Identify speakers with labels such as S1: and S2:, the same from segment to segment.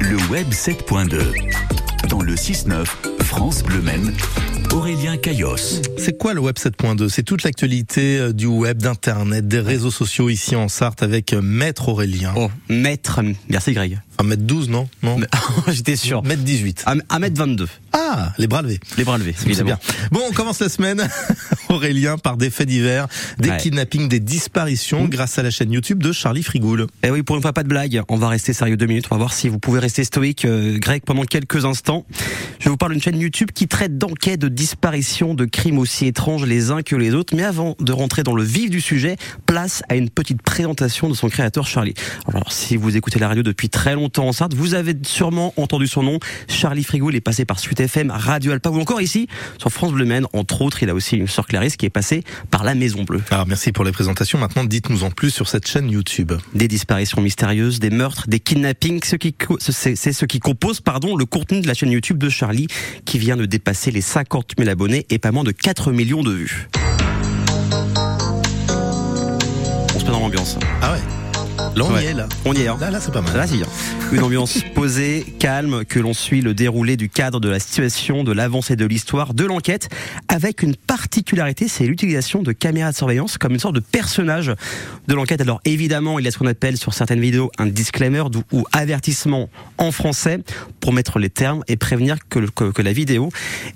S1: le web 7.2. Dans le 6-9, France Bleu Maine, Aurélien Caillos.
S2: C'est quoi le Web 7.2 C'est toute l'actualité euh, du web, d'Internet, des réseaux sociaux ici en Sarthe avec euh, Maître Aurélien.
S3: Oh, mètre, merci Greg.
S2: Enfin, Maître 12, non Non.
S3: J'étais sûr.
S2: Maître 18.
S3: À, à mètre 22,
S2: Ah, les bras levés.
S3: les bras levés,
S2: C'est
S3: évidemment.
S2: bien. Bon, on commence la semaine, Aurélien, par des faits divers, des
S3: Ouais.
S2: kidnappings, des disparitions grâce à la chaîne YouTube de Charlie Frigoul.
S3: Eh oui, pour une fois, pas de blague. On va rester sérieux deux minutes. On va voir si vous pouvez rester stoïque, euh, Greg, pendant quelques instants. Je vous parle d'une chaîne YouTube qui traite d'enquêtes, de disparitions, de crimes aussi étranges les uns que les autres. Mais avant de rentrer dans le vif du sujet, place à une petite présentation de son créateur Charlie. Alors, si vous écoutez la radio depuis très longtemps en Sarthe, vous avez sûrement entendu son nom. Charlie Frigoul est passé par Sud FM, Radio Alpa ou encore ici, sur France Bleu Maine. Entre autres, il a aussi une sœur Clarisse qui est passée par la Maison Bleue.
S2: Alors, merci pour les présentations. Maintenant, dites-nous en plus sur cette chaîne YouTube.
S3: des disparitions mystérieuses, des meurtres, des kidnappings, ce qui co- c'est c'est ce qui compose pardon le contenu de la chaîne YouTube de Charlie qui vient de dépasser les 50 000 abonnés et pas moins de 4 millions de vues. On se met dans l'ambiance.
S2: Ah ouais Là, on
S3: Ouais.
S2: y est, là.
S3: On y est. Hein
S2: Là, là, c'est pas mal.
S3: Là, c'est bien. Une ambiance posée, calme, que l'on suit le déroulé du cadre de la situation, de l'avancée de l'histoire, de l'enquête, avec une particularité, c'est l'utilisation de caméras de surveillance comme une sorte de personnage de l'enquête. Alors évidemment, il y a ce qu'on appelle sur certaines vidéos un disclaimer d'où- ou avertissement en français pour mettre les termes et prévenir que, le- que- que la vidéo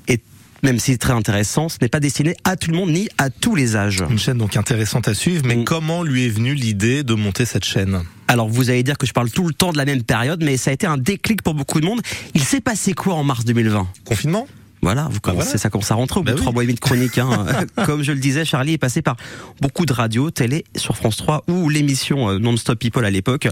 S3: est même si c'est très intéressant, ce n'est pas destiné à tout le monde ni à tous les âges.
S2: Une chaîne donc intéressante à suivre, mais
S3: Mm.
S2: comment lui est venue l'idée de monter cette chaîne
S3: Alors vous allez dire que je parle tout le temps de la même période, mais ça a été un déclic pour beaucoup de monde. Il s'est passé quoi en mars 2020
S2: Confinement
S3: Voilà, vous commencez,
S2: voilà.
S3: ça commence à rentrer au bout
S2: Bah
S3: de
S2: oui.
S3: trois mois et demi de chronique. hein. Comme je le disais, Charlie est passé par beaucoup de radios, télé, sur France 3 ou l'émission euh, Non-Stop People à l'époque.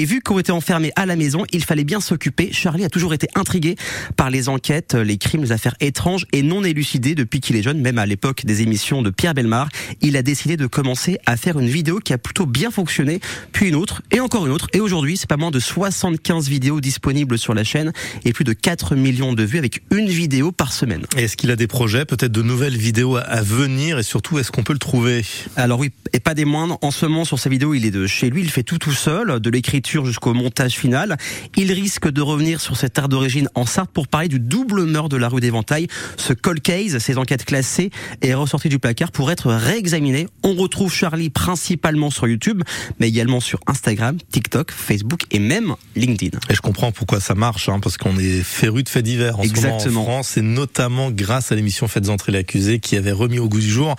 S3: Et vu qu'on était enfermés à la maison, il fallait bien s'occuper. Charlie a toujours été intrigué par les enquêtes, euh, les crimes, les affaires étranges et non élucidées depuis qu'il est jeune, même à l'époque des émissions de Pierre Belmar. Il a décidé de commencer à faire une vidéo qui a plutôt bien fonctionné, puis une autre, et encore une autre. Et aujourd'hui, c'est pas moins de 75 vidéos disponibles sur la chaîne et plus de 4 millions de vues avec une vidéo par semaine.
S2: Et Est-ce qu'il a des projets, peut-être de nouvelles vidéos à- à venir et surtout est-ce qu'on peut le trouver
S3: Alors oui, et pas des moindres. En ce moment, sur sa vidéo, il est de chez lui, il fait tout tout seul, de l'écriture jusqu'au montage final. Il risque de revenir sur cet art d'origine en Sarthe pour parler du double meurtre de la rue d'Éventail. Ce cold case, ces enquêtes classées, est ressorti du placard pour être réexaminé. On retrouve Charlie principalement sur YouTube, mais également sur Instagram, TikTok, Facebook et même LinkedIn.
S2: Et je comprends pourquoi ça marche, hein, parce qu'on est féru de faits divers en ce moment en
S3: Exactement.
S2: France, et notamment grâce à l'émission Faites entrer l'accusé qui avait remis au goût du jour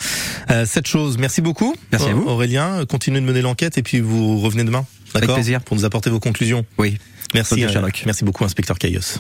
S2: euh, cette chose. Merci beaucoup,
S3: Merci à
S2: Au-
S3: vous.
S2: Aurélien. Continuez de mener l'enquête et puis vous revenez demain, d'accord
S3: plaisir.
S2: pour nous apporter vos conclusions.
S3: Oui.
S2: Merci,
S3: Bonne nuit,
S2: euh,
S3: Sherlock.
S2: merci beaucoup, inspecteur Caillos.